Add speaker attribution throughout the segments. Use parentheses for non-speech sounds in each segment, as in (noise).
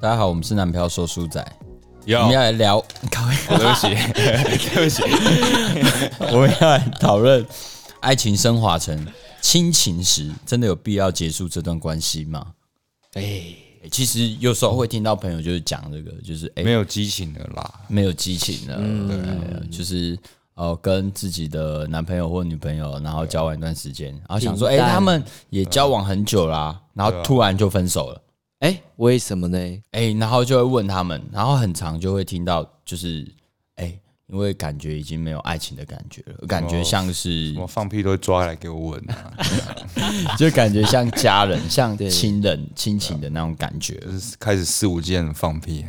Speaker 1: 大家好，我们是男票说书仔，我
Speaker 2: 要 (laughs)
Speaker 1: 们要来聊， (laughs) 靠
Speaker 2: 对不起， (laughs) 对不起，
Speaker 1: 我们要来讨论爱情升华成亲情时，真的有必要结束这段关系吗？
Speaker 2: 哎，
Speaker 1: 欸其实有时候会听到朋友就是讲这个，就是哎、欸
Speaker 2: 没有嗯激情了啦。
Speaker 1: 没有激情了，对，就是呃跟自己的男朋友或女朋友，然后交往一段时间，然后想说，哎、
Speaker 3: 平淡
Speaker 1: 他们也交往很久啦、然
Speaker 2: 啊
Speaker 1: 后突然就分手了。
Speaker 3: 哎、为什么呢？
Speaker 1: 哎、然后就会问他们，然后很常就会听到，就是哎、因为感觉已经没有爱情的感觉了，感觉像是，
Speaker 2: 我放屁都会抓来给我闻啊， (laughs)
Speaker 1: 就感觉像家人、像
Speaker 3: 对
Speaker 1: 亲人、亲情的那种感觉。
Speaker 2: 就是开始肆无忌惮的放屁。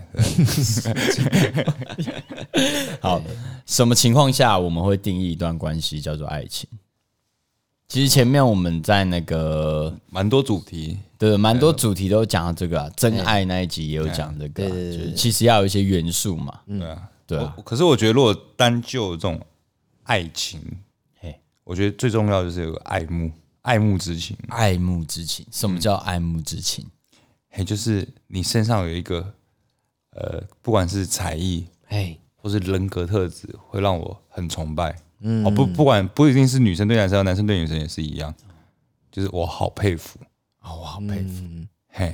Speaker 1: 好，什么情况下我们会定义一段关系叫做爱情？其实前面我们在那个
Speaker 2: 蛮多主题，
Speaker 1: 对蛮多主题都讲到这个啊，真爱那一集也有讲这个啊、就是其实要有一些元素嘛，
Speaker 2: 对啊，
Speaker 1: 对啊，
Speaker 2: 我可是我觉得，如果单就这种爱情
Speaker 1: 嘿，
Speaker 2: 我觉得最重要就是有个爱慕，爱慕之情，
Speaker 1: 爱慕之情。什么叫爱慕之情？
Speaker 2: 嘿，就是你身上有一个，呃，不管是才艺
Speaker 3: 哎、
Speaker 2: 或是人格特质，会让我很崇拜。嗯，哦不，不管不一定是女生对男生，男生对女生也是一样，就是我好佩服，嗯
Speaker 1: 哦，我好佩服。
Speaker 2: 嘿。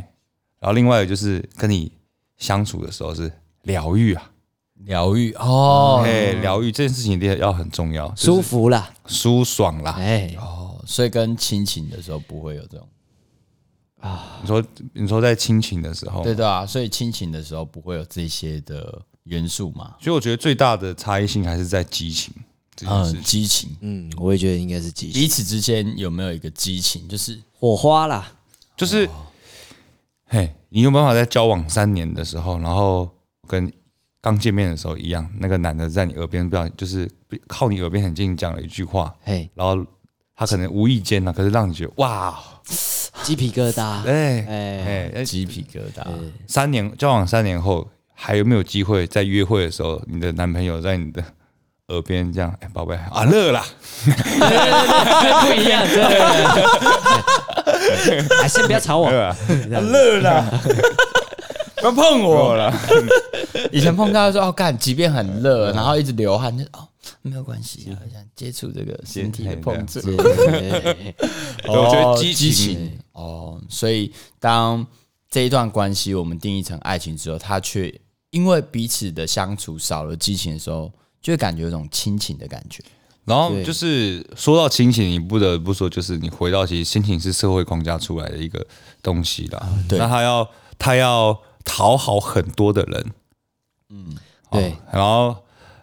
Speaker 2: 然后另外就是跟你相处的时候是疗愈啊，
Speaker 1: 疗愈哦
Speaker 2: 嘿，疗愈这件事情一定要很重要，就是啊
Speaker 3: 舒服啦，
Speaker 2: 舒爽啦。
Speaker 3: 哎、
Speaker 1: 哦，所以跟亲情的时候不会有这种，
Speaker 2: 你说你说在亲情的时候，
Speaker 1: 对对啊，所以亲情的时候不会有这些的元素嘛？
Speaker 2: 所以我觉得最大的差异性还是在激情这件事
Speaker 1: 嗯，
Speaker 2: 情。
Speaker 1: 激情，
Speaker 3: 嗯，我也觉得应该是激情
Speaker 1: 彼此之间有没有一个激情？就是
Speaker 3: 火花啦，
Speaker 2: 就是，哦嘿，你有没有办法在交往三年的时候，然后跟刚见面的时候一样，那个男的在你耳边不要，就是靠你耳边很近讲了一句话，
Speaker 3: 嘿，
Speaker 2: 然后他可能无意间呢、可是让你觉得哇，
Speaker 3: 鸡皮疙瘩，
Speaker 2: 哎
Speaker 3: 哎
Speaker 2: (laughs) 哎，哎
Speaker 1: 鸡皮疙瘩，
Speaker 2: 三年交往三年后，还有没有机会在约会的时候，你的男朋友在你的耳边这样，哎，宝贝，啊乐啦，
Speaker 3: 不一样，对哎，先不要吵我，
Speaker 2: 对吧？
Speaker 1: 乐
Speaker 2: (laughs)
Speaker 1: 啦，
Speaker 2: 不要碰我了，
Speaker 1: 以前碰到说哦，干，即便很
Speaker 2: 嗯
Speaker 1: 热，然后一直流汗，就哦，没有关系啊，想接触这个身体的碰触，
Speaker 3: 对对对
Speaker 2: 对我觉得
Speaker 1: 哦
Speaker 2: 激
Speaker 1: 激
Speaker 2: 情
Speaker 1: 情哦，所以当这一段关系我们定义成爱情之后，它却因为彼此的相处少了激情的时候，就会感觉有种亲情的感觉。
Speaker 2: 然后就是说到亲情，你不得不说，就是你回到其实亲情是社会框架出来的一个东西啦。
Speaker 1: 对
Speaker 2: 那他要他要讨好很多的人，
Speaker 3: 对
Speaker 2: 哦，然后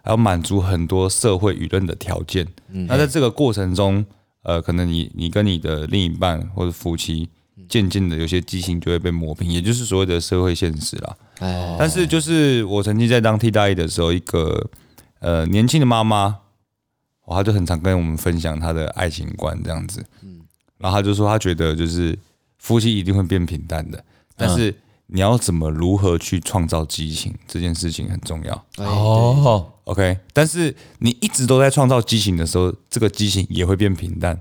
Speaker 2: 还要满足很多社会舆论的条件。那在这个过程中，呃，可能你你跟你的另一半或者夫妻，渐渐的有些激情就会被磨平，也就是所谓的社会现实啦。
Speaker 3: 哎，
Speaker 2: 但是就是我曾经在当替代役的时候，一个呃年轻的妈妈，哦哇，她就很常跟我们分享她的爱情观这样子。嗯，然后她就说，她觉得就是夫妻一定会变平淡的，但是你要怎么如何去创造激情这件事情很重要。
Speaker 1: 哦，
Speaker 2: OK，但是你一直都在创造激情的时候，这个激情也会变平淡。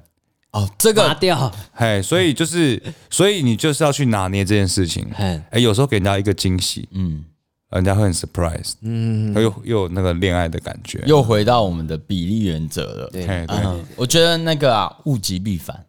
Speaker 1: 哦，这
Speaker 3: 拔
Speaker 1: 个
Speaker 3: 掉，
Speaker 2: 嘿，所
Speaker 1: (laughs)
Speaker 2: 以就是，所以你就是要去拿捏这件事情。
Speaker 3: 嗯
Speaker 2: 哎、有时候给人家一个惊喜，
Speaker 1: 嗯，
Speaker 2: 人家会很 surprise，嗯，又又有那个恋爱的感觉。
Speaker 1: 又回到我们的比例原则了。
Speaker 3: 对
Speaker 2: 嘿，对，
Speaker 1: 嗯，我觉得那个啊，物极必反。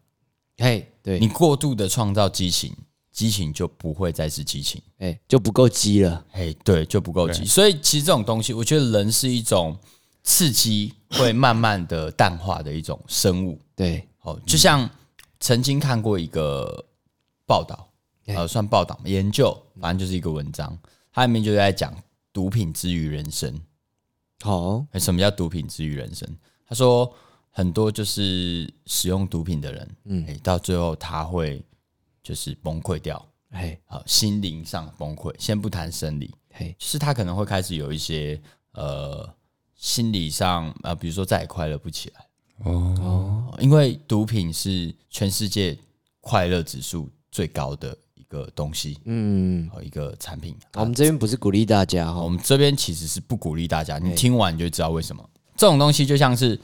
Speaker 3: 嘿，对
Speaker 1: 你，过度的创造激情，激情就不会再是激情。
Speaker 3: 哎，就不够激了，
Speaker 1: 哎，对，就不够急。
Speaker 2: 对
Speaker 1: 所以其实这种东西，我觉得人是一种刺激会慢慢的淡化的一种生物。
Speaker 3: 对，
Speaker 1: 哦，
Speaker 2: 嗯
Speaker 1: 就像曾经看过一个报道，
Speaker 2: 嗯
Speaker 1: 呃，算报道嘛研究，反正就是一个文章，它里面就在讲毒品之于人生。
Speaker 3: 好，
Speaker 1: 哎什么叫毒品之于人生？他说很多就是使用毒品的人，嗯，到最后他会就是崩溃掉，
Speaker 3: 哎，
Speaker 1: 好，心灵上崩溃。先不谈生理，
Speaker 3: 嘿，
Speaker 1: 就是他可能会开始有一些呃心理上呃，比如说再也快乐不起来哦，因为毒品是全世界快乐指数最高的一个东西，
Speaker 3: 嗯，
Speaker 1: 好一个产品。
Speaker 3: 我们这边不是鼓励大家哦
Speaker 1: 我
Speaker 3: 哈，
Speaker 1: 们这边其实是不鼓励大家，你听完你就知道为什么这种东西就像是，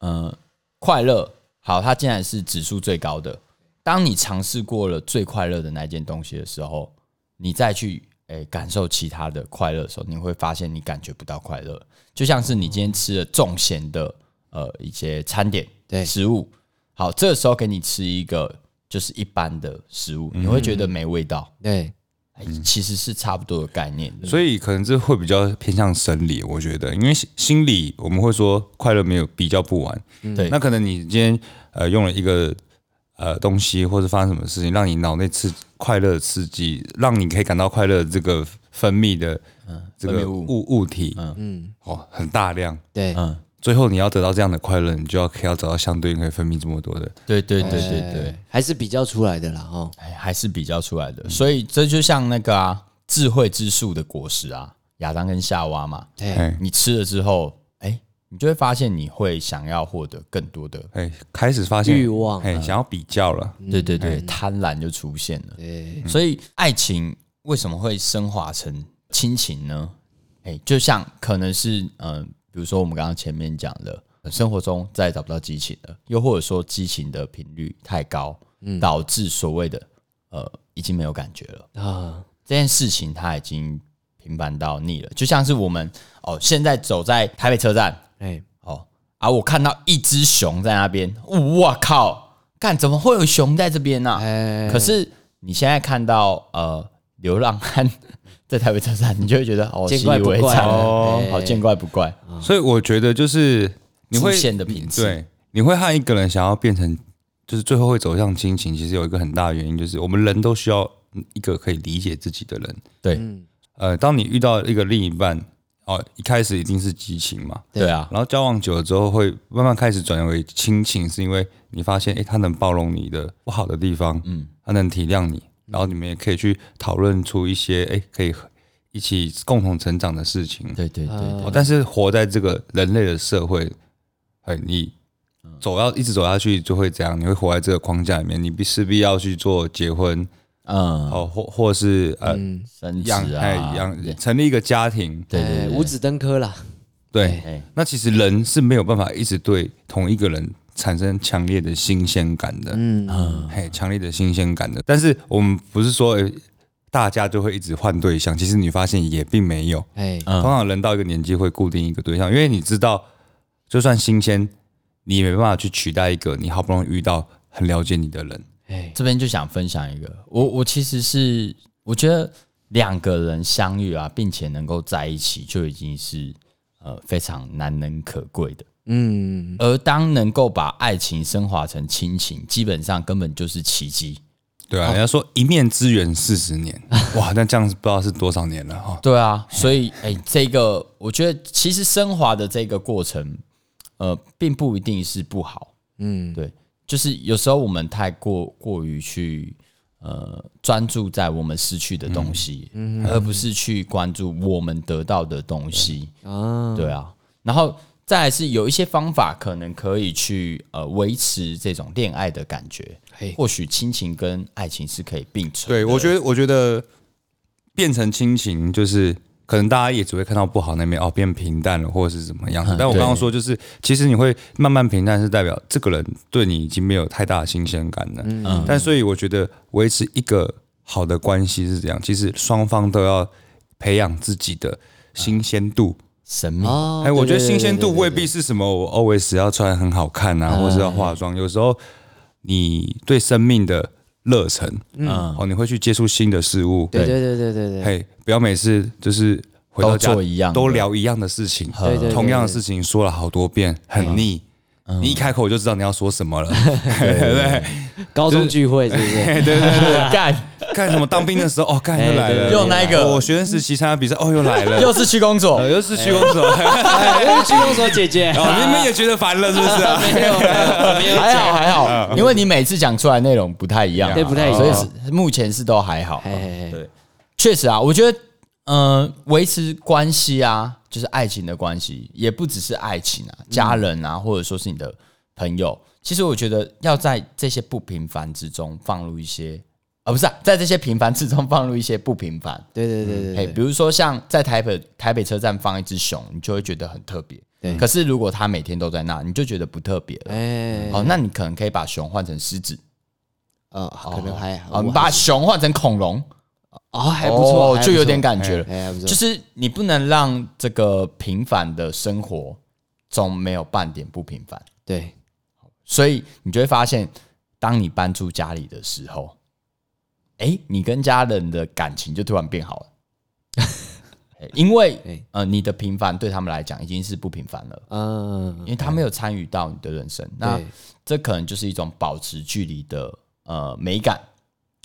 Speaker 1: 呃，快乐好，它竟然是指数最高的。当你尝试过了最快乐的那一件东西的时候，你再去诶、感受其他的快乐的时候，你会发现你感觉不到快乐。就像是你今天吃了重咸的呃一些餐点
Speaker 3: 对
Speaker 1: 食物，好，这时候给你吃一个就是一般的食物，你会觉得没味道，
Speaker 3: 对，
Speaker 1: 哎其实是差不多的概念的。
Speaker 2: 所以可能这会比较偏向生理，我觉得，因为心心理我们会说快乐没有比较不完，
Speaker 1: 对
Speaker 2: 那可能你今天呃用了一个呃东西，或者发生什么事情，让你脑内刺快乐的刺激，让你可以感到快乐的这个分泌的这
Speaker 1: 嗯分
Speaker 2: 个
Speaker 1: 泌物
Speaker 2: 物物体，嗯，哦，很大量。
Speaker 3: 对，
Speaker 1: 嗯，
Speaker 2: 最后你要得到这样的快乐，你就要要找到相对应可以分泌这么多的，
Speaker 1: 对对对对对，
Speaker 3: 还是比较出来的啦哦哈。
Speaker 1: 哎，还是比较出来的。所以这就像那个啊，智慧之树的果实啊，亚当跟夏娃嘛，
Speaker 3: 对，
Speaker 2: 哎
Speaker 1: 你吃了之后，哎、你就会发现你会想要获得更多的，
Speaker 2: 哎，开始发现
Speaker 3: 欲
Speaker 1: 啊
Speaker 3: 望
Speaker 2: 哎，想要比较了，
Speaker 1: 对对对，贪婪就出现了。
Speaker 3: 对，
Speaker 1: 所以爱情为什么会升华成亲情呢？哎、就像可能是嗯、呃比如说我们刚刚前面讲的，呃生活中再也找不到激情了，又或者说激情的频率太高，导致所谓的呃已经没有感觉了。
Speaker 3: 啊，
Speaker 1: 这件事情它已经频繁到腻了，就像是我们哦，现在走在台北车站
Speaker 3: 哎，
Speaker 1: 哦啊，我看到一只熊在那边，我靠，干怎么会有熊在这边呢、啊
Speaker 3: 哎
Speaker 1: 可是你现在看到呃流浪汉在台北车站，你就会觉得哦
Speaker 3: 见
Speaker 1: 习
Speaker 3: 怪
Speaker 1: 以
Speaker 3: 不
Speaker 1: 为
Speaker 3: 怪
Speaker 1: 常，
Speaker 3: 了
Speaker 1: 哦
Speaker 3: 哎
Speaker 1: 好见怪不怪，
Speaker 2: 所以我觉得就是你会
Speaker 1: 啊
Speaker 2: 嗯
Speaker 1: 极限的品质
Speaker 2: 对，你会和一个人想要变成，就是最后会走向亲情，其实有一个很大的原因，就是我们人都需要一个可以理解自己的人。
Speaker 1: 对、
Speaker 2: 呃，当你遇到一个另一半，哦，一开始一定是激情嘛，
Speaker 1: 对啊，
Speaker 2: 然后交往久了之后，会慢慢开始转为亲情，是因为你发现，哎，他能包容你的不好的地方，嗯，他能体谅你，然后你们也可以去讨论出一些，哎，可以一起共同成长的事情。
Speaker 1: 对对对对
Speaker 2: 哦，但是活在这个人类的社会，哎，你
Speaker 1: 嗯
Speaker 2: 走要一直走下去就会怎样？你会活在这个框架里面，你必势必要去做结婚，
Speaker 1: 嗯，
Speaker 2: 哦，或或是呃
Speaker 1: 升职
Speaker 2: 养哎
Speaker 1: 啊，
Speaker 2: 养成立一个家庭，
Speaker 1: 对对
Speaker 3: 哎，五子登科啦，
Speaker 2: 对
Speaker 1: 哎。
Speaker 2: 那其实人是没有办法一直对同一个人产生强烈的新鲜感的，嗯，嘿，强烈的新鲜感的。但是我们不是说。哎大家就会一直换对象，其实你发现也并没有，
Speaker 3: 哎，
Speaker 1: 嗯
Speaker 2: 通常人到一个年纪会固定一个对象，因为你知道，就算新鲜，你也没办法去取代一个你好不容易遇到很了解你的人。
Speaker 3: 哎，
Speaker 1: 这边就想分享一个，我我其实是我觉得两个人相遇啊，并且能够在一起，就已经是呃非常难能可贵的。
Speaker 3: 嗯，
Speaker 1: 而当能够把爱情升华成亲情，基本上根本就是奇迹。
Speaker 2: 对啊，人家说一面之缘四十年，哇，那这样子不知道是多少年了哈。
Speaker 1: 对啊，所以哎、这个我觉得其实升华的这个过程，呃，并不一定是不好。嗯，对，就是有时候我们太过过于去呃专注在我们失去的东西，而不是去关注我们得到的东西。
Speaker 3: 啊，
Speaker 1: 对啊，然后再来是有一些方法可能可以去呃维持这种恋爱的感觉
Speaker 3: 嘿，
Speaker 1: 或许亲情跟爱情是可以并存的。
Speaker 2: 对，我觉得，我觉得变成亲情，就是可能大家也只会看到不好那面哦，变平淡了，或者是怎么样子。
Speaker 1: 嗯
Speaker 2: 但我刚刚
Speaker 1: 对
Speaker 2: 说，就是其实你会慢慢平淡，是代表这个人对你已经没有太大的新鲜感了。嗯，但所以我觉得维持一个好的关系是这样，其实双方都要培养自己的新鲜度。
Speaker 1: 神秘，
Speaker 3: 哦，
Speaker 2: 哎，我觉
Speaker 3: 对嗯
Speaker 2: 得新鲜度未必，是什么，我 always 要穿很好看啊，或是要化妆。有时候你对生命的热忱，嗯，哦，你会去接触新的事物，
Speaker 3: 对对对对对对对，
Speaker 2: 嘿，不要每次就是回到家
Speaker 1: 都做一样的
Speaker 2: 都聊一样的事情，
Speaker 3: 对对对
Speaker 2: 同样的事情说了好多遍，很腻。
Speaker 3: 嗯
Speaker 2: 你一开口我就知道你要说什
Speaker 3: (laughs)
Speaker 2: 么了，对对对，
Speaker 3: (laughs) 高中聚会是不是？
Speaker 1: (laughs) 干
Speaker 2: 看什么当兵的时候，哦，看又来了，
Speaker 3: 对对哎对又
Speaker 1: 那个
Speaker 2: 哦我学生时期参加比赛，哦，又来了，
Speaker 1: 又是去工作
Speaker 2: 呃，又是去工
Speaker 3: (laughs)
Speaker 2: 作，
Speaker 3: 哎，去动手姐姐，
Speaker 2: 哦，你们也觉得烦了是不是啊？
Speaker 3: (laughs) 没有没有，
Speaker 1: (laughs) 还好还好，因为你每次讲出来内容不太一样，啊
Speaker 3: 对不太一样
Speaker 1: 所以是目前是都还好。
Speaker 3: 哎，
Speaker 1: 对，确实啊，我觉得，嗯，维持关系啊，就是爱情的关系，也不只是爱情啊，家人啊，或者说是你的朋友。其实我觉得要在这些不平凡之中放入一些，啊，不是、啊、在这些平凡之中放入一些不平凡。
Speaker 3: 对对对
Speaker 1: 哎，
Speaker 3: 对
Speaker 1: 比如说像在台北台北车站放一只熊，你就会觉得很特别。
Speaker 3: 对
Speaker 1: 可是如果它每天都在那，你就觉得不特别了
Speaker 3: 对，。哎，
Speaker 1: 哦好，那你可能可以把熊换成狮子，
Speaker 3: 哦，可能还
Speaker 1: 哦
Speaker 3: 好，
Speaker 1: 你把熊换成恐龙，
Speaker 3: 哦，还不错，还不错
Speaker 1: 就有点，感觉了。
Speaker 3: 哎，还不错，
Speaker 1: 就是你不能让这个平凡的生活中没有半点不平凡，
Speaker 3: 对，
Speaker 1: 所以你就会发现，当你搬出家里的时候，哎、你跟家人的感情就突然变
Speaker 3: (laughs)
Speaker 1: 好了，哎因为
Speaker 3: 对
Speaker 1: 呃，你的平凡对他们来讲已经是不平凡了，
Speaker 3: 嗯
Speaker 1: 因，为他没有参与到你的人生，那
Speaker 3: 对
Speaker 1: 这可能就是一种保持距离的呃美感。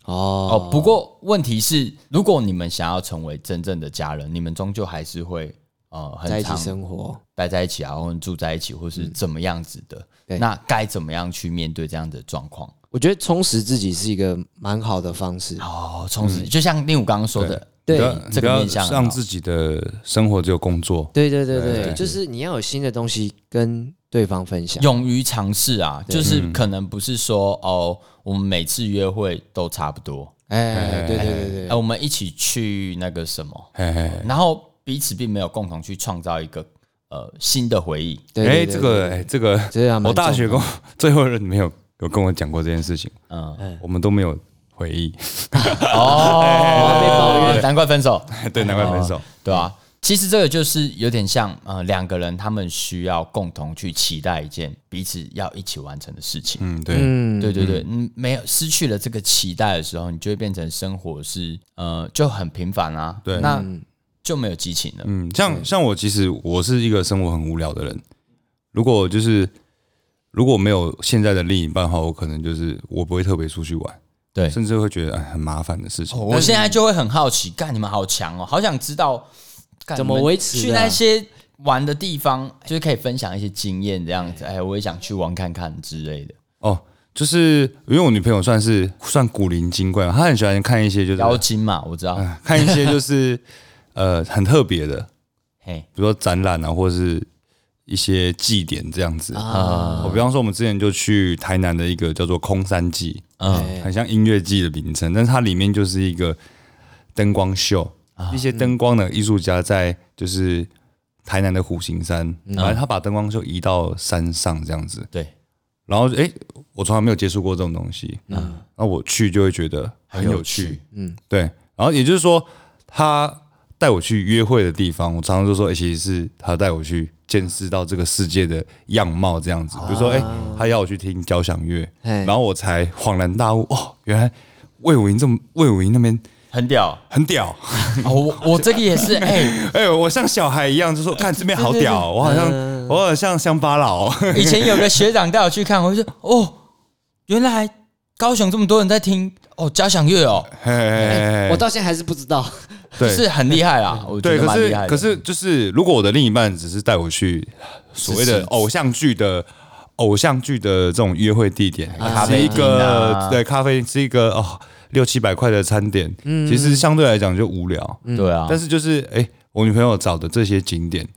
Speaker 1: 哦，
Speaker 3: 哦，
Speaker 1: 不过问题是，如果你们想要成为真正的家人，你们终究还是会呃
Speaker 3: 在
Speaker 1: 很
Speaker 3: 一起
Speaker 1: 长
Speaker 3: 生活，嗯
Speaker 1: 待在一起啊，或者住在一起，或是怎么样子的。
Speaker 3: 对
Speaker 1: 那该怎么样去面对这样的状况？
Speaker 3: 我觉得充实自己是一个蛮好的方式。
Speaker 1: 哦，从此、就像令武刚刚说的，
Speaker 3: 嗯对
Speaker 2: 不要
Speaker 1: 这
Speaker 2: 不
Speaker 1: 个
Speaker 2: 要
Speaker 1: 面向很
Speaker 2: 让
Speaker 1: 好
Speaker 2: 自己的生活只有工作，
Speaker 3: 对对对
Speaker 2: 对
Speaker 3: 对，就是你要有新的东西跟对方分享。
Speaker 1: 勇于尝试啊，
Speaker 3: 对
Speaker 1: 就是
Speaker 2: 嗯
Speaker 1: 可能不是说哦，我们每次约会都差不多，
Speaker 3: 哎，对对对
Speaker 1: 哎、
Speaker 3: 对，
Speaker 1: 我们一起去那个什么，
Speaker 2: 嘿嘿。嘿
Speaker 1: 然后彼此并没有共同去创造一个呃新的回忆。
Speaker 3: 对
Speaker 2: 哎，
Speaker 3: 对对
Speaker 2: 这
Speaker 3: 对
Speaker 2: 个哎，这个
Speaker 3: 这样蛮
Speaker 2: 我大
Speaker 3: 重
Speaker 2: 学跟我 (laughs) 最后人没有有跟我讲过这件事情，
Speaker 1: 嗯，
Speaker 2: 我们都没有回忆， (laughs)
Speaker 1: (laughs) 哦，被抱怨，难怪分手，
Speaker 2: 对，难怪分手。
Speaker 1: 对啊。其实这个就是有点像呃，两个人他们需要共同去期待一件彼此要一起完成的事情。
Speaker 2: 嗯，对，
Speaker 3: 嗯，
Speaker 1: 对对对，嗯，没有失去了这个期待的时候，你就会变成生活是呃就很平凡啊，
Speaker 2: 对
Speaker 1: 那就没有激情了。
Speaker 2: 嗯，像像我其实我是一个生活很无聊的人，如果就是如果没有现在的另一半的话，我可能就是我不会特别出去玩，
Speaker 1: 对哦
Speaker 2: 甚至会觉得哎很麻烦的事情。
Speaker 1: 我现在就会很好奇，干你们好强哦，好想知道干
Speaker 3: 怎么
Speaker 1: 你们
Speaker 3: 维持的
Speaker 1: 去那些玩的地方，就是可以分享一些经验这样子。哎，我也想去玩看看之类的，
Speaker 2: 哦，就是因为我女朋友算是算古灵精怪嘛，她很喜欢看一些就是
Speaker 1: 妖精嘛，我知道。
Speaker 2: 哎看一些就是 (laughs) 呃很特别的，
Speaker 1: 嘿，
Speaker 2: 比如说展览啊，或者是一些祭典这样子啊。我比方说，我们之前就去台南的一个叫做空山祭，
Speaker 1: 嗯，
Speaker 2: 很像音乐祭的名称，但是它里面就是一个灯光秀，一些灯光的艺术家在就是台南的虎形山，反正他把灯光秀移到山上这样子。
Speaker 1: 对，
Speaker 2: 然后诶，我从来没有接触过这种东西，嗯，那我去就会觉得很有趣，嗯，对。然后也就是说，他带我去约会的地方，我常常就说，诶，哎其实是他带我去见识到这个世界的样貌这样子。比如说，诶，哎他要我去听交响乐，
Speaker 3: 哎
Speaker 2: 然后我才恍然大悟，哦，原来魏武营这么魏武营那边
Speaker 1: 很屌。
Speaker 2: 很屌，
Speaker 1: 哦，我我这个也是，哎，
Speaker 2: 哎、我像小孩一样，就说看这边好屌，我好像、我好像乡巴佬， (laughs)
Speaker 1: 以前有个学长带我去看，我就说哦，原来高雄这么多人在听哦交响乐哦，
Speaker 2: 嘿嘿嘿嘿
Speaker 3: 我到现在还是不知道。
Speaker 1: 就
Speaker 2: 对
Speaker 1: 是很厉害啦，我觉
Speaker 2: 对，
Speaker 1: 得
Speaker 2: 可
Speaker 1: 蛮厉害的。
Speaker 2: 是可是就是，如果我的另一半只是带我去所谓
Speaker 1: 只
Speaker 2: 的
Speaker 1: 是
Speaker 2: 偶像剧的偶像剧的这种约会地点，
Speaker 1: 咖
Speaker 2: 是
Speaker 1: 啡
Speaker 2: 一
Speaker 1: 厅
Speaker 2: 个
Speaker 1: 啊
Speaker 2: 对咖啡是一个哦六七百块的餐点，其实相对来讲就无聊。
Speaker 1: 对嗯啊，
Speaker 2: 但是就是哎、我女朋友找的这些景点，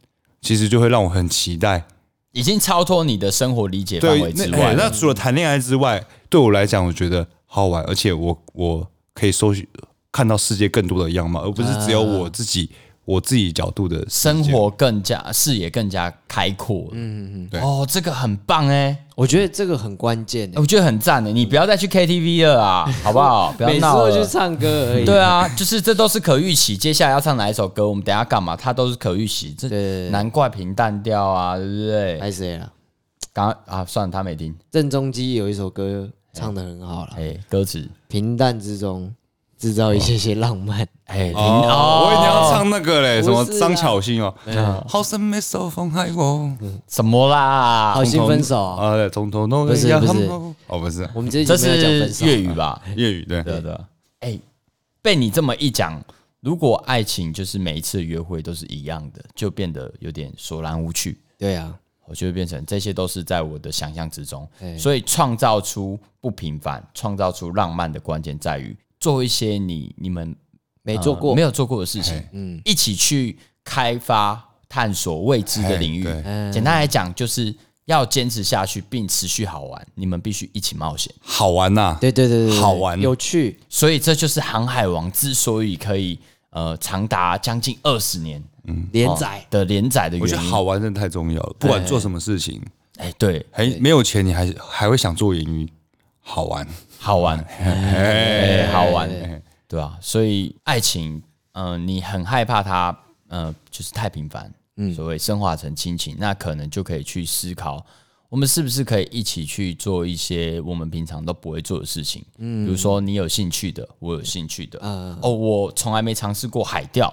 Speaker 2: 其实就会让我很期待。
Speaker 1: 已经超脱你的生活理解范
Speaker 2: 对
Speaker 1: 围，
Speaker 2: 那
Speaker 1: 之
Speaker 2: 哎
Speaker 1: 外
Speaker 2: 那
Speaker 1: 了。
Speaker 2: 除了谈恋爱之外，对我来讲，我觉得好玩，而且我我可以搜寻看到世界更多的样貌，而不是只
Speaker 1: 啊
Speaker 2: 有我自己、我自己角度的世
Speaker 1: 生。
Speaker 2: 界
Speaker 1: 活更加视野更加开阔，嗯嗯
Speaker 2: 对
Speaker 1: 嗯，哦，这个很棒哎，
Speaker 3: 我觉得这个很关键欸，
Speaker 1: 我觉得很赞哎，你不要再去 KTV 了啊，好不好？不要
Speaker 3: 每次
Speaker 1: 闹
Speaker 3: 都去
Speaker 1: 了。
Speaker 3: 唱歌而已。
Speaker 1: 对啊，就是这都是可预期，接下来要唱哪一首歌，我们等一下干嘛，它都是可预期，这
Speaker 3: 对
Speaker 1: 难怪平淡掉啊，对不对？
Speaker 3: 还谁了？
Speaker 1: 刚刚啊，算了，他没听。
Speaker 3: 郑中基有一首歌唱的很好了，
Speaker 1: 哎、歌词，
Speaker 3: 平淡之中制造一些些浪漫。
Speaker 1: 哎、
Speaker 2: 哦，我一定要唱那个嘞，什么张巧欣哦，好生没手风害我，
Speaker 1: 什么啦
Speaker 3: 好？心分嗯手啊，
Speaker 2: 啊，对，从头弄
Speaker 3: 不是
Speaker 2: 呀
Speaker 3: 不是
Speaker 2: 哦，不是
Speaker 3: 我们这一集
Speaker 1: 这
Speaker 3: 没有讲分
Speaker 1: 是
Speaker 3: 手啊
Speaker 1: 粤语
Speaker 3: (laughs)
Speaker 1: 吧？
Speaker 2: 粤语对，
Speaker 1: 对对。哎、被你这么一讲，如果爱情就是每一次约会都是一样的，就变得有点索然无趣。
Speaker 3: 对啊，
Speaker 1: 我就会变成这些都是在我的想象之中，
Speaker 3: 哎
Speaker 1: 所以创造出不平凡、创造出浪漫的关键在于做一些你你们
Speaker 3: 没哎做过
Speaker 1: 呃没，有做过的事情
Speaker 2: 嘿，
Speaker 1: 嗯，一起去开发、探索未知的领域
Speaker 2: 嘿对。
Speaker 1: 简单来讲，就是要坚持下去并持续好玩，你们必须一起冒险。
Speaker 2: 好玩呐，
Speaker 3: 对对对对对，
Speaker 2: 好玩
Speaker 3: 有趣，
Speaker 1: 所以这就是《航海王》之所以可以呃长达将近二十年
Speaker 3: 连载
Speaker 1: 的连载的
Speaker 2: 我
Speaker 1: 原
Speaker 2: 觉得
Speaker 1: 因。
Speaker 2: 好玩真的太重要了，不管做什么事情，
Speaker 1: 哎、对，
Speaker 2: 还没有钱你还还会想做演员，好玩。
Speaker 1: 好玩，哎、好玩。对啊，所以爱情，呃，你很害怕它，呃，就是太频繁，嗯，所谓升华成亲情，那可能就可以去思考，我们是不是可以一起去做一些我们平常都不会做的事情，嗯，比如说你有兴趣的，我有兴趣的，哦，我从来没尝试过海钓，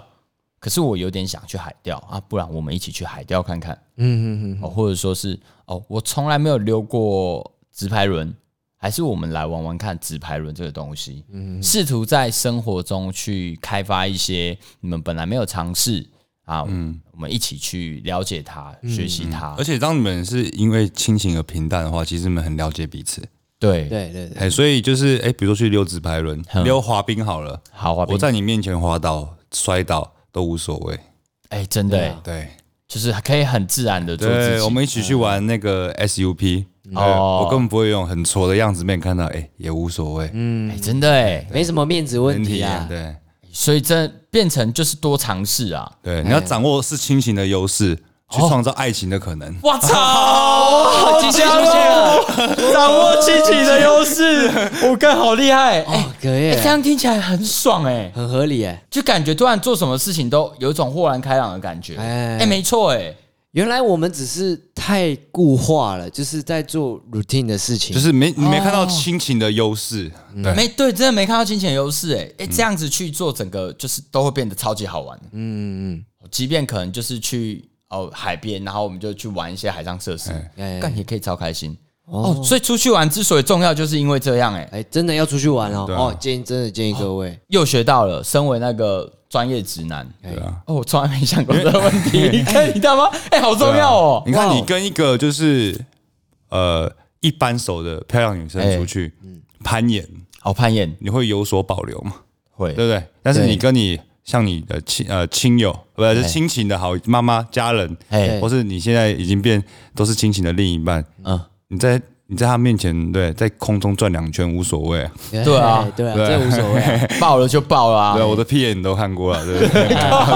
Speaker 1: 可是我有点想去海钓啊，不然我们一起去海钓看看，
Speaker 3: 嗯嗯嗯，
Speaker 1: 哦，或者说是哦，我从来没有溜过直排轮，还是我们来玩玩看直排轮这个东西，试图在生活中去开发一些你们本来没有尝试啊，我们一起去了解它，学习它，
Speaker 2: 而且当你们是因为亲情而平淡的话，其实你们很了解彼此。
Speaker 1: 对，
Speaker 3: 对对对，嗯
Speaker 2: 哎，所以就是哎，比如说去溜直排轮、溜滑冰好了，
Speaker 1: 好滑冰
Speaker 2: 我，在你面前滑倒、摔倒都无所谓。
Speaker 1: 哎，真的欸，
Speaker 2: 对，
Speaker 1: 就是可以很自然的做自
Speaker 2: 对，我
Speaker 1: 己，
Speaker 2: 们一起去玩那个 SUP。
Speaker 1: 哦
Speaker 2: 哦，我根本不会用很挫的样子被你看到，哎，也无所谓。嗯，
Speaker 1: 哎，真的哎，
Speaker 3: 没什么面子问题啊。
Speaker 2: 对
Speaker 1: 所以这变成就是多尝试啊，
Speaker 2: 对，你要掌握是亲情的优势，去创造爱情的可能。
Speaker 1: (laughs) 我操！
Speaker 3: 继续出现了，
Speaker 1: 哦掌握亲情的优 (laughs) 势，我干好厉害！哎、
Speaker 3: 哦，可以
Speaker 1: 哎这
Speaker 3: 耶，
Speaker 1: 样听起来很爽哎、
Speaker 3: 很合理哎。
Speaker 1: 就感觉突然做什么事情都有一种豁然开朗的感觉。哎、
Speaker 3: 哎
Speaker 1: 没错哎、
Speaker 3: 原来我们只是太固化了，就是在做 routine 的事情，
Speaker 2: 就是没你没看到亲情的优势，对，
Speaker 1: 没对，真的没看到亲情的优势哎，哎，这样子去做，整个就是都会变得超级好玩。嗯嗯嗯，即便可能就是去哦海边，然后我们就去玩一些海上设施，
Speaker 3: 哎
Speaker 1: 但也可以超开心。哦，所以出去玩之所以重要，就是因为这样哎、
Speaker 3: 哎，真的要出去玩哦。
Speaker 2: 啊
Speaker 3: 哦，建议真的建议各位，
Speaker 1: 又学到了，身为那个专业直男，
Speaker 2: 对啊。
Speaker 1: 哦，我从来没想过这个问题。你 (laughs) 看你大妈，哎、好重要哦
Speaker 2: 你。看，你跟一个就是呃一般熟的漂亮女生出去攀岩，
Speaker 1: 好攀岩
Speaker 2: 你会有所保留嘛？
Speaker 1: 会
Speaker 2: 对不对？但是你跟你像你的亲呃亲友，不是亲情的好妈妈、家人，
Speaker 1: 哎
Speaker 2: 或是你现在已经变都是亲情的另一半，
Speaker 1: 嗯
Speaker 2: 嗯，你在你在他面前，对，在空中转两圈无所谓啊。
Speaker 1: 对啊
Speaker 3: 哎对啊，
Speaker 2: 对
Speaker 3: 这无所谓
Speaker 2: (laughs)
Speaker 3: 啊。
Speaker 1: 爆了就爆了、
Speaker 2: 对啊，我的屁眼你都看过了，对
Speaker 1: (laughs)
Speaker 2: 不对？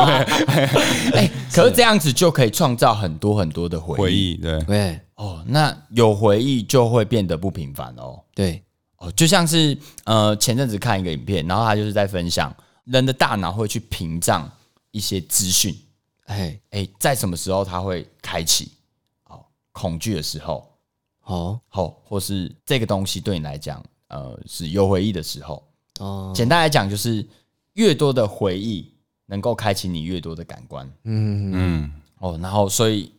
Speaker 1: 哎可 (laughs) 是这样子就可以创造很多很多的回忆
Speaker 2: 回忆，对，
Speaker 3: 对
Speaker 1: 哦。那有回忆就会变得不平凡哦。
Speaker 3: 对，
Speaker 1: 哦，就像是呃前阵子看一个影片，然后他就是在分享人的大脑会去屏障一些资讯，
Speaker 3: 哎，
Speaker 1: 哎、在什么时候它会开启？哦，恐惧的时候，
Speaker 3: 好
Speaker 1: 哦，或是这个东西对你来讲，呃，是有回忆的时候。
Speaker 3: 哦，
Speaker 1: 简单来讲，就是越多的回忆能够开启你越多的感官
Speaker 3: 嗯，
Speaker 2: 嗯，
Speaker 1: 哦，然后所以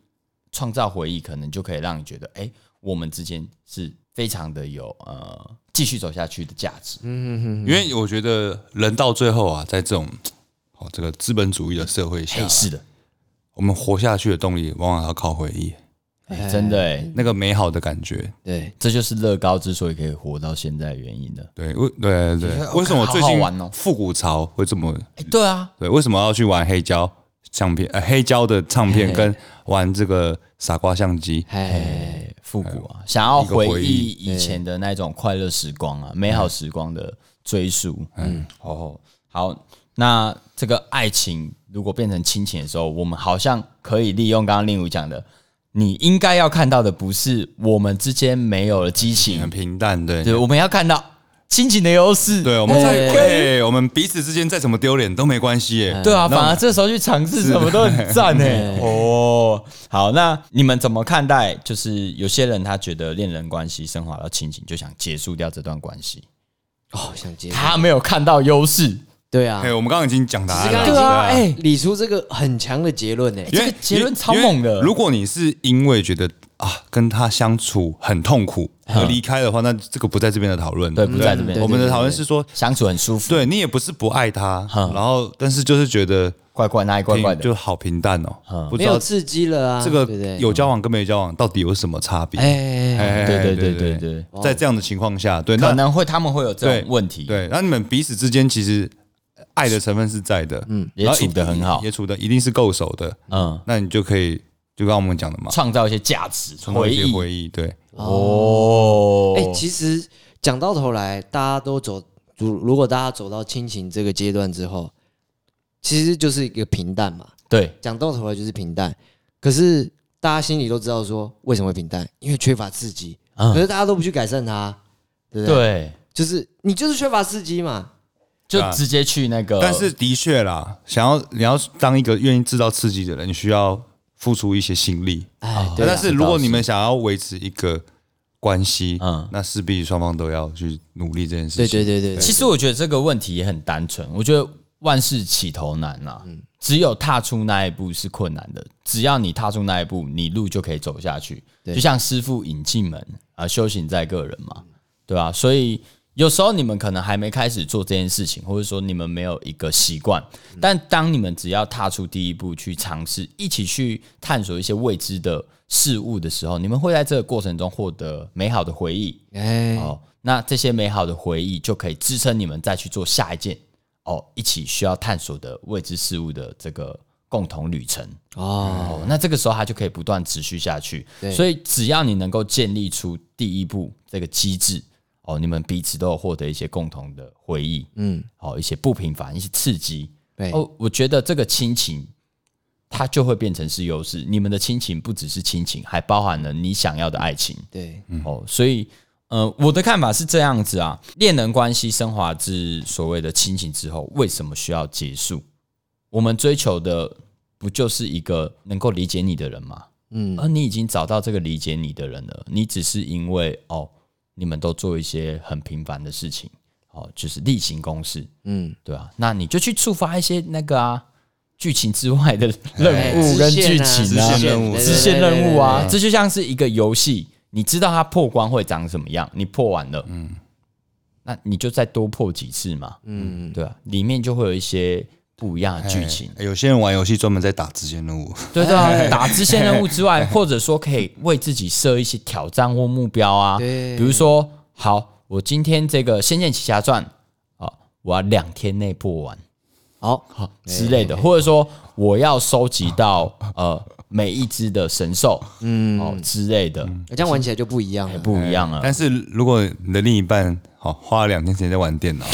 Speaker 1: 创造回忆，可能就可以让你觉得，哎、我们之间是非常的有呃继续走下去的价值。嗯
Speaker 2: 因为我觉得人到最后啊，在这种哦这个资本主义的社会下
Speaker 1: 哎、，是的，
Speaker 2: 我们活下去的动力往往要靠回忆，
Speaker 1: 哎、真的哎、
Speaker 2: 那个美好的感觉。
Speaker 3: 对，
Speaker 1: 这就是乐高之所以可以活到现在的原因了。
Speaker 2: 对，为对对
Speaker 1: 觉得
Speaker 2: 对，为什么最
Speaker 1: 好好
Speaker 2: 近
Speaker 1: 玩哦
Speaker 2: 复古潮会这么？
Speaker 1: 哎、对啊，
Speaker 2: 对，为什么要去玩黑胶唱片？呃，黑胶的唱片跟玩这个傻瓜相机，
Speaker 3: 哎，
Speaker 1: 哎、复古啊，想要
Speaker 2: 一个回忆
Speaker 1: 回忆以前的那种快乐时光啊，美好时光的追溯。嗯，哦，好，那这个爱情如果变成亲情的时候，我们好像可以利用刚刚令武讲的，你应该要看到的不是我们之间没有了激
Speaker 2: 很
Speaker 1: 情，
Speaker 2: (laughs) 平淡，对
Speaker 1: 对，我们要看到亲情的优势。哎
Speaker 2: 对，我们在对，我们彼此之间再怎么丢脸都没关系耶。
Speaker 1: 对啊，反而这时候去尝试什么都很赞呢。 (laughs) 哦，好，那你们怎么看待？就是有些人他觉得恋人关系升华到亲情，就想结束掉这段关系，
Speaker 3: 哦，想接，
Speaker 1: 他没有看到优势。
Speaker 3: 对啊，
Speaker 2: 哎，我们刚刚已经讲答案了，
Speaker 1: 对啊，哎，
Speaker 3: 理出这个很强的结论呢。
Speaker 1: 这个结论超猛的
Speaker 2: 因为如果你是因为觉得啊跟他相处很痛苦而离开的话，那这个不在这边的讨论，
Speaker 1: 嗯对不
Speaker 2: 不
Speaker 1: 在这边
Speaker 2: 我们的讨论是说，
Speaker 1: 相处很舒服，
Speaker 2: 对你也不是不爱他，然后但是就是觉得
Speaker 1: 怪怪那一嗯怪
Speaker 2: 挺
Speaker 1: 怪的，嗯
Speaker 2: 就好平淡哦，不知
Speaker 3: 没有
Speaker 2: 道
Speaker 3: 刺激了啊，
Speaker 2: 这个
Speaker 3: 对不对？
Speaker 2: 有交往跟没交往到底有什么差别？
Speaker 3: 哎，
Speaker 2: 哎
Speaker 1: 对对对对对，
Speaker 2: 在这样的情况下，对
Speaker 1: 可
Speaker 2: 那
Speaker 1: 能会他们会有这
Speaker 2: 对
Speaker 1: 种问题。
Speaker 2: 对，那你们彼此之间其实爱的成分是在的，嗯，
Speaker 1: 也处得很好
Speaker 2: 也处的一定是够熟的，
Speaker 1: 嗯，
Speaker 2: 那你就可以就刚刚我们讲的嘛，
Speaker 1: 创造一些价值
Speaker 2: 创造
Speaker 1: 回
Speaker 2: 一些
Speaker 1: 忆。
Speaker 2: 回忆，对，
Speaker 1: 哦，
Speaker 3: 哎、其实讲到头来，大家都走，如如果大家走到亲情这个阶段之后，其实就是一个平淡嘛。
Speaker 1: 对，
Speaker 3: 讲到头来就是平淡，可是大家心里都知道说为什么会平淡，因为缺乏刺激。
Speaker 1: 嗯
Speaker 3: 可是大家都不去改善它，对不对？
Speaker 1: 对，
Speaker 3: 就是你就是缺乏刺激嘛。
Speaker 1: 就
Speaker 2: 对啊
Speaker 1: 直接去那个，
Speaker 2: 但是的确啦，想要你要当一个愿意制造刺激的人，你需要付出一些心力。
Speaker 3: 哎，对
Speaker 1: 啊
Speaker 2: 但
Speaker 3: 啦，
Speaker 2: 哦是如果你们想要维持一个关系，
Speaker 1: 嗯
Speaker 2: 嗯，那势必双方都要去努力这件事
Speaker 3: 对
Speaker 2: 情。
Speaker 3: 对对对，
Speaker 1: 其
Speaker 3: 对
Speaker 1: 实我觉得这个问题也很单纯，我觉得万事起头难啊，
Speaker 3: 嗯
Speaker 1: 只有踏出那一步是困难的。只要你踏出那一步，你路就可以走下去。
Speaker 3: 对
Speaker 1: 就像师傅引进门啊，修行在个人嘛，对吧、所以有时候你们可能还没开始做这件事情，或者说你们没有一个习惯，
Speaker 3: 嗯
Speaker 1: 但当你们只要踏出第一步去尝试，一起去探索一些未知的事物的时候，你们会在这个过程中获得美好的回忆，
Speaker 3: 哎，
Speaker 1: 哦，那这些美好的回忆就可以支撑你们再去做下一件哦，一起需要探索的未知事物的这个共同旅程。
Speaker 3: 哦，
Speaker 1: 哦，那这个时候它就可以不断持续下去。
Speaker 3: 对
Speaker 1: 所以只要你能够建立出第一步这个机制，哦，你们彼此都有获得一些共同的回忆，
Speaker 3: 嗯，
Speaker 1: 哦，一些不平凡，一些刺激。
Speaker 3: 对，
Speaker 1: 哦，我觉得这个亲情。它就会变成是优势。你们的亲情不只是亲情，还包含了你想要的爱情。
Speaker 3: 对，
Speaker 1: 哦，所以，呃，我的看法是这样子啊，恋人关系升华至所谓的亲情之后，为什么需要结束？我们追求的不就是一个能够理解你的人吗？啊
Speaker 3: 嗯，
Speaker 1: 而你已经找到这个理解你的人了，你只是因为哦，你们都做一些很平凡的事情，哦，就是例行公事，
Speaker 3: 嗯，
Speaker 1: 对啊，那你就去触发一些那个啊剧情之外的任
Speaker 3: 哎
Speaker 1: 务跟剧
Speaker 2: 支
Speaker 1: 情啊，
Speaker 2: 线任务
Speaker 1: 支线任务啊，这就像是一个游戏，你知道它破关会长什么样，你破完了，嗯，那你就再多破几次嘛，嗯，对啊，里面就会有一些不一样的剧情，
Speaker 2: 哎有些人玩游戏专门在打支线任务，
Speaker 1: 对对啊，打支线任务之外，或者说可以为自己设一些挑战或目标啊，
Speaker 3: 对
Speaker 1: 比如说，好，我今天这个《仙剑奇侠传》啊，我要两天内破完。
Speaker 3: 好，
Speaker 1: 好之类的，或者说我要收集到呃每一只的神兽，嗯，哦之类的，
Speaker 3: 这样玩起来就不一样了。
Speaker 1: 不一样 (laughs) 啊。
Speaker 2: 但是如果你的另一半好花了两天时间在
Speaker 1: (laughs)
Speaker 2: 玩电脑，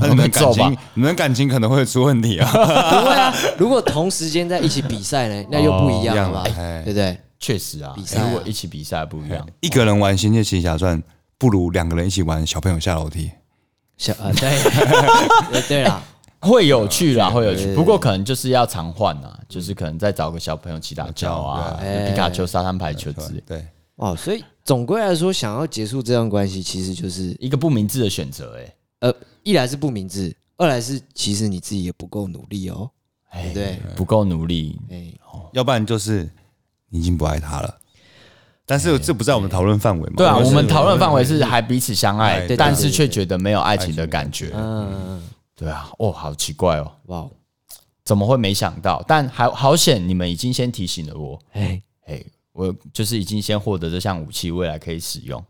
Speaker 2: 那你
Speaker 1: 能
Speaker 2: 们感
Speaker 1: 揍吧
Speaker 2: 情，你们感情可能会出问题
Speaker 1: (laughs)
Speaker 2: 啊。
Speaker 3: 不会啊，如果同时间在一起比赛呢，那又不一样了吧
Speaker 2: 哦一样？哎
Speaker 3: 对不对？
Speaker 1: 确实啊，
Speaker 3: 赛啊
Speaker 1: 如果一起比赛不一样，
Speaker 2: 一个人玩《仙剑奇侠传》，不如两个人一起玩《小朋友下楼梯》。
Speaker 3: 小啊，对，对对啦，
Speaker 1: 会有趣啦，会有趣。不过可能就是要常换啊，就是可能再找个小朋友骑打球啊，
Speaker 2: 对
Speaker 1: 皮卡丘、沙滩排球之类，
Speaker 2: 对，
Speaker 3: 哦，所以总归来说，想要结束这段关系，其实就是
Speaker 1: 一个不明智的选择。哎，
Speaker 3: 呃，一来是不明智，二来是其实你自己也不够努力哦。
Speaker 1: 哎
Speaker 3: 对，
Speaker 1: 不够努力，
Speaker 3: 哎，
Speaker 2: 要不然就是你已经不爱他了。但是这不在我们讨论范围嘛？
Speaker 1: 对啊，
Speaker 2: 就是
Speaker 1: 我们讨论范围是还彼此相爱
Speaker 2: 对对，
Speaker 1: 但
Speaker 3: 对
Speaker 1: 是
Speaker 3: 对
Speaker 1: 却
Speaker 3: 对
Speaker 1: 觉得没有爱情的感觉。
Speaker 3: 嗯，
Speaker 1: 对啊，哦，好奇怪哦，
Speaker 3: 哇，
Speaker 1: 怎么会没想到？但还好险，你们已经先提醒了我。
Speaker 3: 哎，
Speaker 1: 哎，我就是已经先获得这项武器，未来可以使用。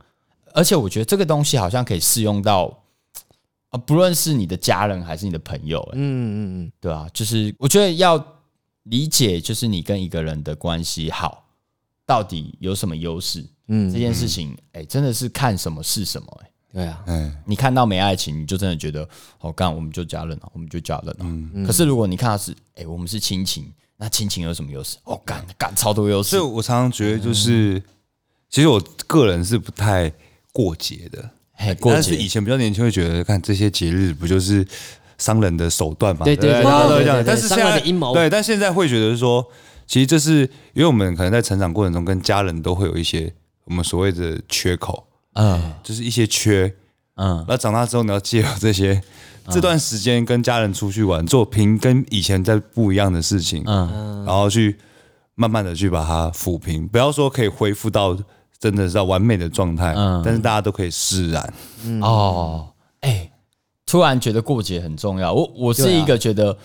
Speaker 1: 而且我觉得这个东西好像可以适用到，啊，不论是你的家人还是你的朋友、哎，
Speaker 3: 嗯嗯嗯，
Speaker 1: 对啊，就是我觉得要理解，就是你跟一个人的关系好，到底有什么优势？
Speaker 3: 嗯
Speaker 1: 嗯，这件事情，哎、真的是看什么是什么、哎，
Speaker 3: 对啊，
Speaker 2: 嗯，
Speaker 1: 你看到没爱情，你就真的觉得，好、哦、干，我们就家人了，我们就家人了。
Speaker 2: 嗯
Speaker 1: 可是如果你看到是，哎、我们是亲情，那亲情有什么优势？哦，干干超多优势
Speaker 2: 所以，我常常觉得就是，其实我个人是不太过节的。
Speaker 1: 嘿，哎过
Speaker 2: 哎但是
Speaker 1: 节
Speaker 2: 以前比较年轻会觉得，看这些节日不就是商人的手段嘛？
Speaker 3: 对
Speaker 2: 对
Speaker 3: 对
Speaker 2: 不
Speaker 3: 对
Speaker 2: 大家都会这
Speaker 3: 对对
Speaker 2: 样。
Speaker 3: 对
Speaker 2: 但是现
Speaker 3: 商
Speaker 2: 在
Speaker 3: 人的阴谋
Speaker 2: 对，但现在会觉得说，其实这是因为我们可能在成长过程中跟家人都会有一些我们所谓的缺口，
Speaker 1: 嗯
Speaker 2: 就是一些缺。
Speaker 1: 嗯，
Speaker 2: 那长大之后，你要借由这些
Speaker 3: 嗯
Speaker 2: 这段时间跟家人出去玩，做平跟以前在不一样的事情，嗯，然后去慢慢的去把它抚平，不要说可以恢复到真的是到完美的状态，
Speaker 3: 嗯
Speaker 2: 但是大家都可以释然。
Speaker 1: 哦，哎、突然觉得过节很重要。我我是
Speaker 3: 对啊
Speaker 1: 一个觉得，
Speaker 2: 啊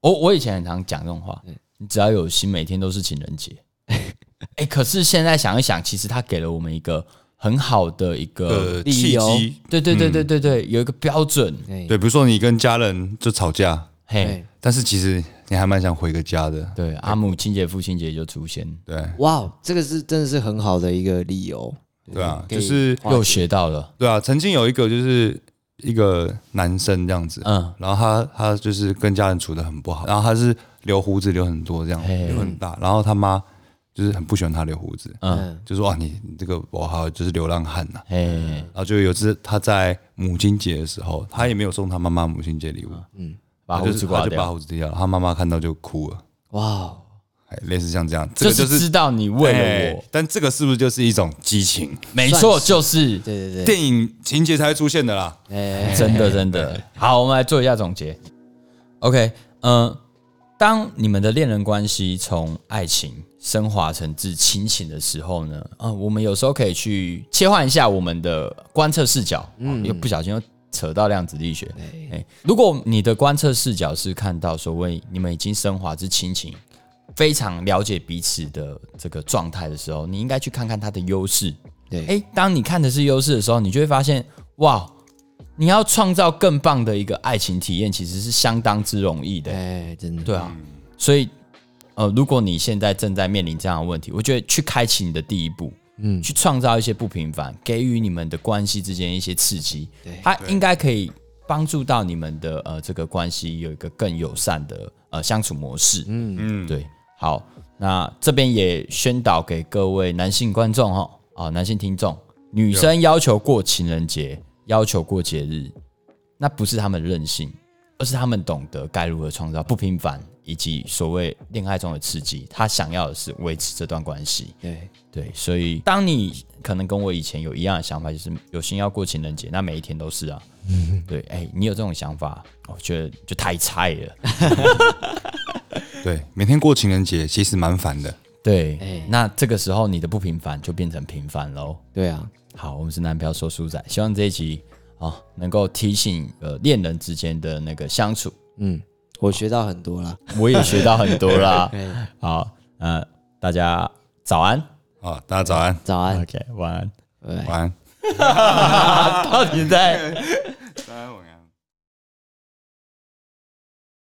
Speaker 1: 我我以前很常讲这种话，
Speaker 2: 嗯
Speaker 1: 你只要有心，每天都是情人节。 (laughs) 哎、可是现在想一想，其实他给了我们一个很好的一个
Speaker 2: 呃契机嗯
Speaker 1: 对对对对对对，有一个标准。
Speaker 3: 哎，
Speaker 2: 对，比如说你跟家人就吵架，
Speaker 1: 嘿
Speaker 3: 哎，，
Speaker 2: 但是其实你还蛮想回个家的，
Speaker 1: 对，阿母亲节、父亲节就出现，
Speaker 2: 对
Speaker 3: 哇，哦这个是真的是很好的一个理由。
Speaker 2: 对啊，
Speaker 3: 可以
Speaker 2: 就是
Speaker 1: 又学到了。
Speaker 2: 对啊，曾经有一个就是一个男生这样子，
Speaker 1: 嗯，
Speaker 2: 然后他他就是跟家人处的很不好，然后他是留胡子留很多这样，留很大，然后他妈就是很不喜欢他留胡子，
Speaker 3: 嗯，
Speaker 2: 就说哇你你这个我好就是流浪汉呐、
Speaker 1: 哎，
Speaker 2: 然后就有一次他在母亲节的时候，他也没有送他妈妈母亲节礼物，
Speaker 1: 把
Speaker 2: 他
Speaker 1: 胡
Speaker 2: 就
Speaker 1: 子
Speaker 2: 是
Speaker 1: 刮
Speaker 2: 他就把
Speaker 1: 掉，
Speaker 2: 胡子剃掉了，他妈妈看到就哭了，
Speaker 3: 哇，哦
Speaker 2: 哎类似像这样，这
Speaker 1: 就
Speaker 2: 个就是
Speaker 1: 知道你为
Speaker 2: 对，
Speaker 1: 了我，
Speaker 2: 但这个是不是就是一种激情？
Speaker 1: 没错，
Speaker 3: 算是
Speaker 1: 就是
Speaker 3: 对对对，
Speaker 2: 电影情节才会出现的啦。
Speaker 3: 哎，
Speaker 1: 真的真的。好，我们来做一下总结。OK，嗯、当你们的恋人关系从爱情升华成至亲情的时候呢，嗯、我们有时候可以去切换一下我们的观测视角，嗯，又不小心又扯到量子力学。哎、如果你的观测视角是看到所谓你们已经升华至亲情。非常了解彼此的这个状态的时候，你应该去看看他的优势。
Speaker 3: 对，
Speaker 1: 哎、当你看的是优势的时候，你就会发现，哇，你要创造更棒的一个爱情体验，其实是相当之容易的。
Speaker 3: 哎，真的，
Speaker 1: 对啊，所以呃，如果你现在正在面临这样的问题，我觉得去开启你的第一步，嗯，去创造一些不平凡，给予你们的关系之间一些刺激，它应该可以帮助到你们的呃这个关系有一个更友善的呃相处模式。嗯嗯，对，好，那这边也宣导给各位男性观众哈，啊、男性听众，女生要求过情人节，要求过节日，那不是他们任性，而是他们懂得该如何创造不平凡，以及所谓恋爱中的刺激。他想要的是维持这段关系。
Speaker 3: 对，
Speaker 1: 对，所以当你可能跟我以前有一样的想法，就是有心要过情人节，那每一天都是啊。对，哎、你有这种想法，我觉得就太菜了。
Speaker 2: 对，每天过情人节其实蛮烦的。
Speaker 1: 对，
Speaker 3: 哎
Speaker 1: 那这个时候你的不平凡就变成平凡喽。
Speaker 3: 对啊，
Speaker 1: 好，我们是男票说书仔，希望这一集啊、哦能够提醒呃恋人之间的那个相处，
Speaker 3: 嗯，我学到很多啦。哎
Speaker 1: 我也学到很多
Speaker 3: (laughs)
Speaker 1: 啦。好，呃，大家早安
Speaker 2: 啊，大家早安，
Speaker 3: 早安，
Speaker 1: ，OK，晚安。
Speaker 3: 拜拜。
Speaker 2: 晚安。
Speaker 1: (laughs) 到底在